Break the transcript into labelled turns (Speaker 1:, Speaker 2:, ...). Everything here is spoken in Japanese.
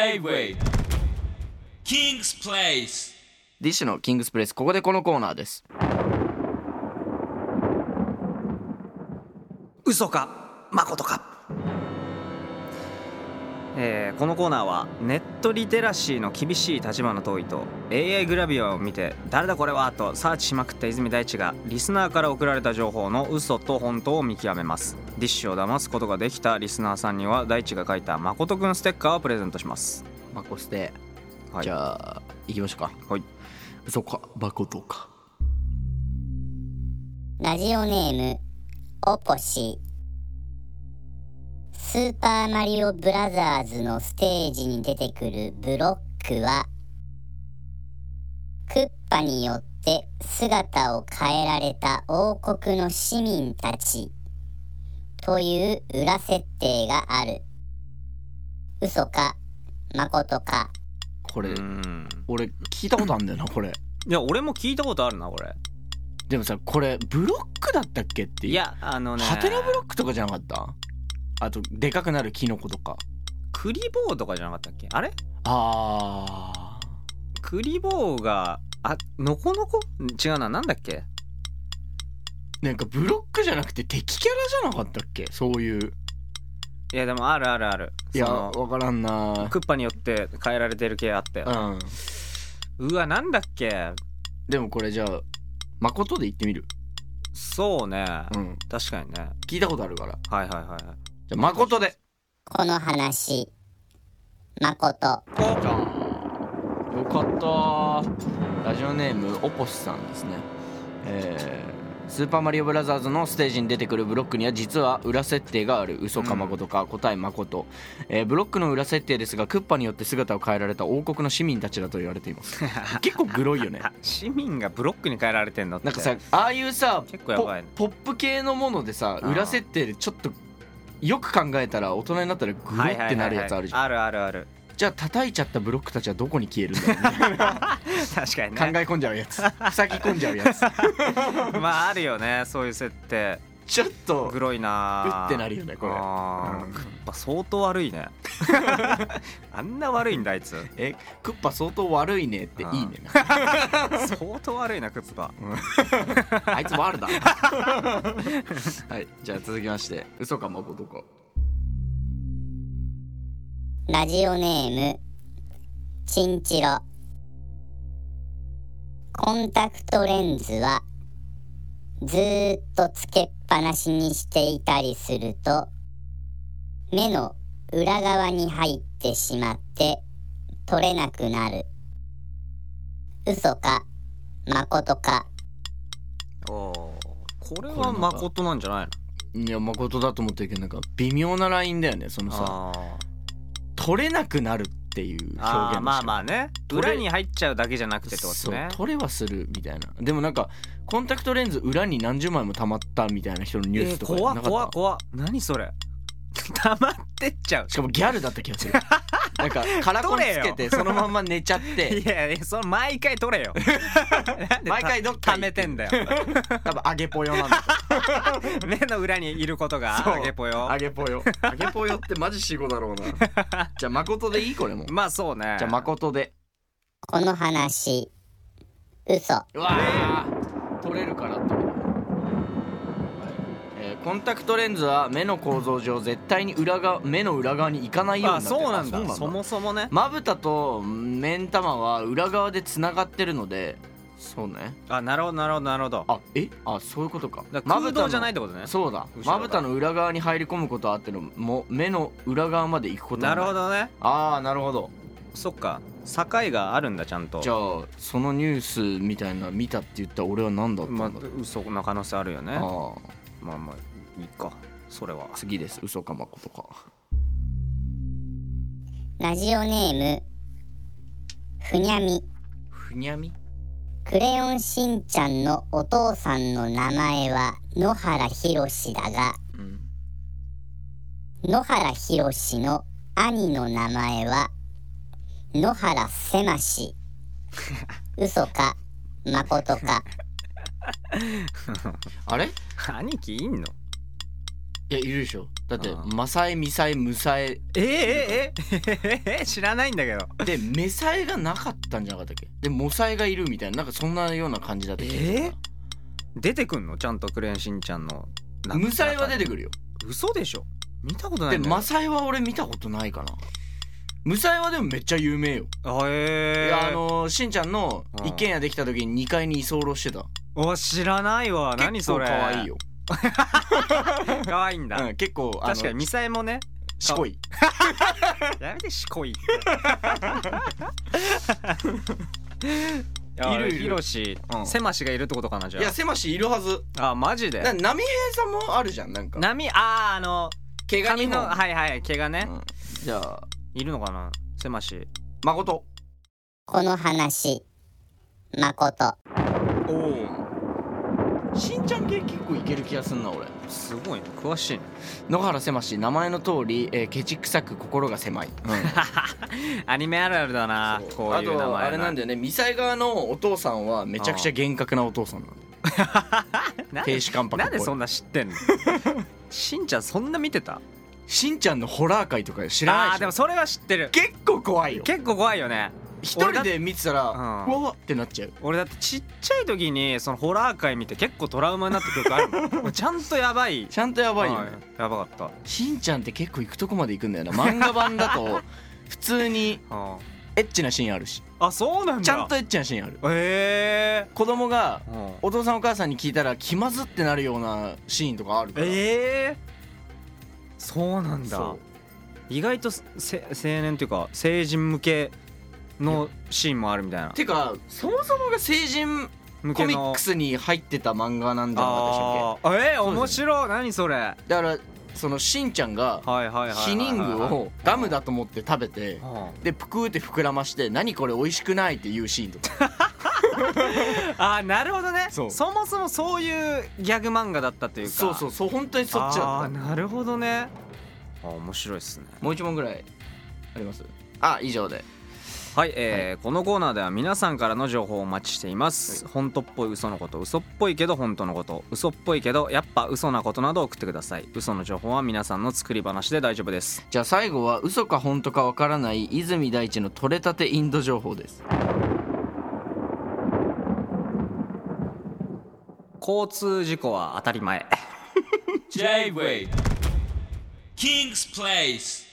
Speaker 1: J-Way King's Place
Speaker 2: ディッシュのキングスプレスここでこのコーナーです
Speaker 3: 嘘か誠か、えーこのコーナーはネットリテラシーの厳しい立場の遠いと AI グラビアを見て「誰だこれは?」とサーチしまくった泉大地がリスナーから送られた情報の嘘と本当を見極めますディッシュを騙すことができたリスナーさんには大地が書いた誠くんステッカーをプレゼントします
Speaker 2: マコステ、
Speaker 3: はい
Speaker 2: じゃあ行きましょうか
Speaker 3: はい
Speaker 2: 嘘か誠か
Speaker 4: ラジオネーム、おぽし。スーパーマリオブラザーズのステージに出てくるブロックは、クッパによって姿を変えられた王国の市民たちという裏設定がある。嘘か、誠か。
Speaker 2: こ
Speaker 3: う
Speaker 2: れ
Speaker 3: ん
Speaker 2: 俺聞いたことあんだよなこれ
Speaker 3: いや俺も聞いたことあるなこれ
Speaker 2: でもさこれブロックだったっけっていう
Speaker 3: いやあのね
Speaker 2: ハテナブロックとかじゃなかったあとでかくなるキノコとか
Speaker 3: クリボーとかじゃなかったっけあれ
Speaker 2: あー
Speaker 3: クリボーがあノコノコ違うななんだっけ
Speaker 2: なんかブロックじゃなくて敵キャラじゃなかったっけそういう
Speaker 3: いやでもあるあるある
Speaker 2: いや
Speaker 3: その
Speaker 2: わからんな
Speaker 3: クッパによって変えられてる系あったよ、
Speaker 2: うん
Speaker 3: うわなんだっけ
Speaker 2: でもこれじゃあ誠で言ってみる
Speaker 3: そうね、
Speaker 2: うん
Speaker 3: 確かにね
Speaker 2: 聞いたことあるから
Speaker 3: はいはいはいはい
Speaker 2: じゃあ誠で
Speaker 4: この話、誠。
Speaker 2: よかったラジオネームオポスさんですねえースーパーマリオブラザーズのステージに出てくるブロックには実は裏設定がある嘘か誠か答え誠、えーブロックの裏設定ですがクッパによって姿を変えられた王国の市民たちだと言われています 結構グロいよね
Speaker 3: あ市民がブロックに変えられてんだって
Speaker 2: なんかさああいうさ
Speaker 3: 結構やばいね
Speaker 2: ポポップ系のものでさ
Speaker 3: うん
Speaker 2: 裏設定でちょっとよく考えたら大人になったらグロ
Speaker 3: はい
Speaker 2: ってなるやつあるじゃん、
Speaker 3: はいはいはいあるある
Speaker 2: じゃあ叩いちゃったブロックたちはどこに消えるんだろうね
Speaker 3: ある確かに
Speaker 2: 考え
Speaker 3: ね
Speaker 2: 込んじゃうや つ塞ぎ込んじゃうやつ
Speaker 3: まああるよねそういう設定
Speaker 2: ちょっと
Speaker 3: グロい
Speaker 2: うっ
Speaker 3: な
Speaker 2: てなるよねこれ
Speaker 3: あー
Speaker 2: うん
Speaker 3: クッパ相当悪いね あんな悪いんだあいつ
Speaker 2: えクッパ相当悪いねっていいねな
Speaker 3: 相当悪いなクッパ
Speaker 2: あいつ悪 だなはいじゃあ続きまして嘘か誠か
Speaker 4: ラジオネーム、チンチロ。コンタクトレンズは、ずーっとつけっぱなしにしていたりすると、目の裏側に入ってしまって、取れなくなる。嘘か、誠か。
Speaker 3: あーこれ
Speaker 2: これな
Speaker 3: は
Speaker 2: んか
Speaker 3: 誠なんじゃない
Speaker 2: いや誠だと思ってるけどなんか微妙なラインだよねその
Speaker 3: の
Speaker 2: さ
Speaker 3: あー
Speaker 2: 取れなくなるっていう表現
Speaker 3: あー
Speaker 2: の
Speaker 3: まあ
Speaker 2: 仕
Speaker 3: まあ
Speaker 2: 方
Speaker 3: ね
Speaker 2: どれ
Speaker 3: 裏に入っちゃうだけじゃなくてってことです
Speaker 2: そう
Speaker 3: ね
Speaker 2: 取れはするみたいなでもなんかコンタクトレンズ裏に何十枚も溜まったみたいな人のニュースとか
Speaker 3: 怖
Speaker 2: な
Speaker 3: っ
Speaker 2: かった
Speaker 3: 怖っ怖っ何それ 溜まってっちゃう
Speaker 2: しかもギャルだった気がするなん かカラコンつけてそのまんま寝ちゃっ
Speaker 3: い
Speaker 2: て
Speaker 3: やいやそれ毎回取 れよなんで
Speaker 2: 毎回どっか
Speaker 3: 溜めてんだよ
Speaker 2: 多分揚げぽよなんだ
Speaker 3: 目の裏にいること
Speaker 2: そう
Speaker 3: があげぽよ
Speaker 2: 揚げぽよ揚げぽよってマジ死後だろう なじゃあ誠でいいこれも
Speaker 3: まあそうね
Speaker 2: じゃあ誠で
Speaker 4: この話、嘘。
Speaker 2: うわー取れるからってことえーコンタクトレンズは目の構造上絶対に裏側目の裏側に行かないようにな
Speaker 3: あ
Speaker 2: ってる
Speaker 3: そうなん
Speaker 2: あ
Speaker 3: だそもそもね
Speaker 2: まぶたと目ん玉は裏側でつながってるのでそうね
Speaker 3: あなるほどなるほどなるほど
Speaker 2: あえあそういうことか
Speaker 3: だから空洞じゃないっ
Speaker 2: と
Speaker 3: てことね
Speaker 2: そうだ
Speaker 3: 後ろが
Speaker 2: まぶたの裏側に入り込むことはあってのも目の裏側まで行くことは
Speaker 3: ないるほどね
Speaker 2: ああなるほど
Speaker 3: そっか境があるんだちゃんと
Speaker 2: じゃあそのニュースみたいなの見たって言った俺は何だったんだ
Speaker 3: まあ
Speaker 2: ろう、
Speaker 3: 嘘の可能性あるよね
Speaker 2: ああ
Speaker 3: まあまあいいかそ れは
Speaker 2: 次です嘘か誠か
Speaker 4: ラジオネーム、ふにゃみ。
Speaker 2: ふにゃみ
Speaker 4: クレヨンしんちゃんのお父さんの名前は野原ひろしだが、
Speaker 2: うん
Speaker 4: 野原ひろしの兄の名前は野原せまし。嘘か、誠か。
Speaker 2: あれい
Speaker 3: 兄貴いんの
Speaker 2: やいるでしょだって
Speaker 3: あ
Speaker 2: 「マサエミサエムサエ
Speaker 3: ええええ知らないんだけど」
Speaker 2: で「メサエ」がなかったんじゃなかったっけで「モサエ」がいるみたいななんかそんなような感じだったっけ
Speaker 3: え出てくんのちゃんとクレヨンしんちゃんの中
Speaker 2: ムサエは出てくるよ
Speaker 3: 嘘でしょ見たことな
Speaker 2: で
Speaker 3: いんだよ
Speaker 2: マサエは俺見たことないかなムサエはでもめっちゃ有名よ、
Speaker 3: あへ
Speaker 2: い
Speaker 3: え
Speaker 2: やあのしんちゃんの
Speaker 3: うん
Speaker 2: 一軒家できた時に2階に居候してた
Speaker 3: お知らないわ何
Speaker 2: 結
Speaker 3: そ
Speaker 2: 構
Speaker 3: れ
Speaker 2: 可愛いよ、
Speaker 3: 可愛いんだ、
Speaker 2: うん、結構あの
Speaker 3: 確かにミサエもね
Speaker 2: しこい
Speaker 3: やめてしこいって
Speaker 2: いるいる
Speaker 3: ヒロシ
Speaker 2: うん
Speaker 3: セマシがいるってことかなじ
Speaker 2: い
Speaker 3: ゃ
Speaker 2: や狭しいるはず
Speaker 3: ああマジで
Speaker 2: な波平さんもあるじゃんなんか
Speaker 3: 波あああの
Speaker 2: 毛が
Speaker 3: 髪
Speaker 2: 2
Speaker 3: の
Speaker 2: 本
Speaker 3: はいはい毛がね、
Speaker 2: うんじゃあ
Speaker 3: いるのかなセマシ
Speaker 2: 誠
Speaker 4: この話誠
Speaker 2: おおしんちゃん系結構いける気がすんな俺
Speaker 3: すごいね詳しいね
Speaker 2: 野原狭し名前の通り、えーケチくさく心が狭い、
Speaker 3: アニメある あるだなこう
Speaker 2: あ
Speaker 3: いう名前
Speaker 2: とあれなんだよねミサイ側のお父さんはめちゃくちゃ厳格なお父さんなんだよ
Speaker 3: なんで
Speaker 2: 亭主関白
Speaker 3: なんでそん
Speaker 2: な
Speaker 3: な知っ てんのしんちゃんそんな見てた
Speaker 2: しんちゃんのホラー界とか知ら
Speaker 3: あ
Speaker 2: な
Speaker 3: あ
Speaker 2: いでし
Speaker 3: で
Speaker 2: ょ
Speaker 3: もそれは知ってる
Speaker 2: 結構怖いよ
Speaker 3: 結構怖いよね
Speaker 2: 一人で見てたら、う
Speaker 3: うん
Speaker 2: わわってなっちゃう
Speaker 3: 俺だってちっちゃい時にそのホラー界見て結構トラウマになった曲あ るもん俺ちゃんとやばい
Speaker 2: ちゃんとやばいよ、
Speaker 3: は
Speaker 2: ね
Speaker 3: やばかった
Speaker 2: しんちゃんって結構行くとこまで行くんだよな 漫画版だと普通に
Speaker 3: あ
Speaker 2: エッチなシーンあるし
Speaker 3: あそうなんだ
Speaker 2: ちゃんとエッチなシーンある
Speaker 3: え
Speaker 2: 子供が
Speaker 3: えー
Speaker 2: お父さんお母さんに聞いたら気まずってなるようなシーンとかあるから
Speaker 3: ええそうなんだ
Speaker 2: そう
Speaker 3: 意外とせ青年っていうか成人向けのシーンもあるみたいな
Speaker 2: てかそもそもが成人
Speaker 3: 向
Speaker 2: コ
Speaker 3: け
Speaker 2: ミ
Speaker 3: の
Speaker 2: ックスに入ってた漫画なんじゃなかったでしたっ
Speaker 3: あーえー、面白い何それは
Speaker 2: け
Speaker 3: い
Speaker 2: だからそのしんちゃんが
Speaker 3: はいはいはいはい
Speaker 2: 避妊具をガムだと思って食べて
Speaker 3: うん
Speaker 2: でぷくーって膨らまして「何これ美味しくない」っていうシーンとか
Speaker 3: あーなるほどね
Speaker 2: そう
Speaker 3: もそもそういうギャグ漫画だったというか
Speaker 2: そうそうそう本当にそっち
Speaker 3: あ
Speaker 2: だ
Speaker 3: あ
Speaker 2: っ
Speaker 3: ー
Speaker 2: た
Speaker 3: なるほどねあー面白いっすね
Speaker 2: もう一問ぐらいありますあ以上で
Speaker 3: はい、えーこのコーナーでは皆さんからの情報をお待ちしています、本当っぽい嘘のこと嘘っぽいけど本当のこと嘘っぽいけどやっぱ嘘なことなど送ってください嘘の情報は皆さんの作り話で大丈夫です
Speaker 2: じゃあ最後は嘘か本当かわからない泉大地の取れたてインド情報です
Speaker 3: 交通事故は当たり前
Speaker 1: J-Wave King's Place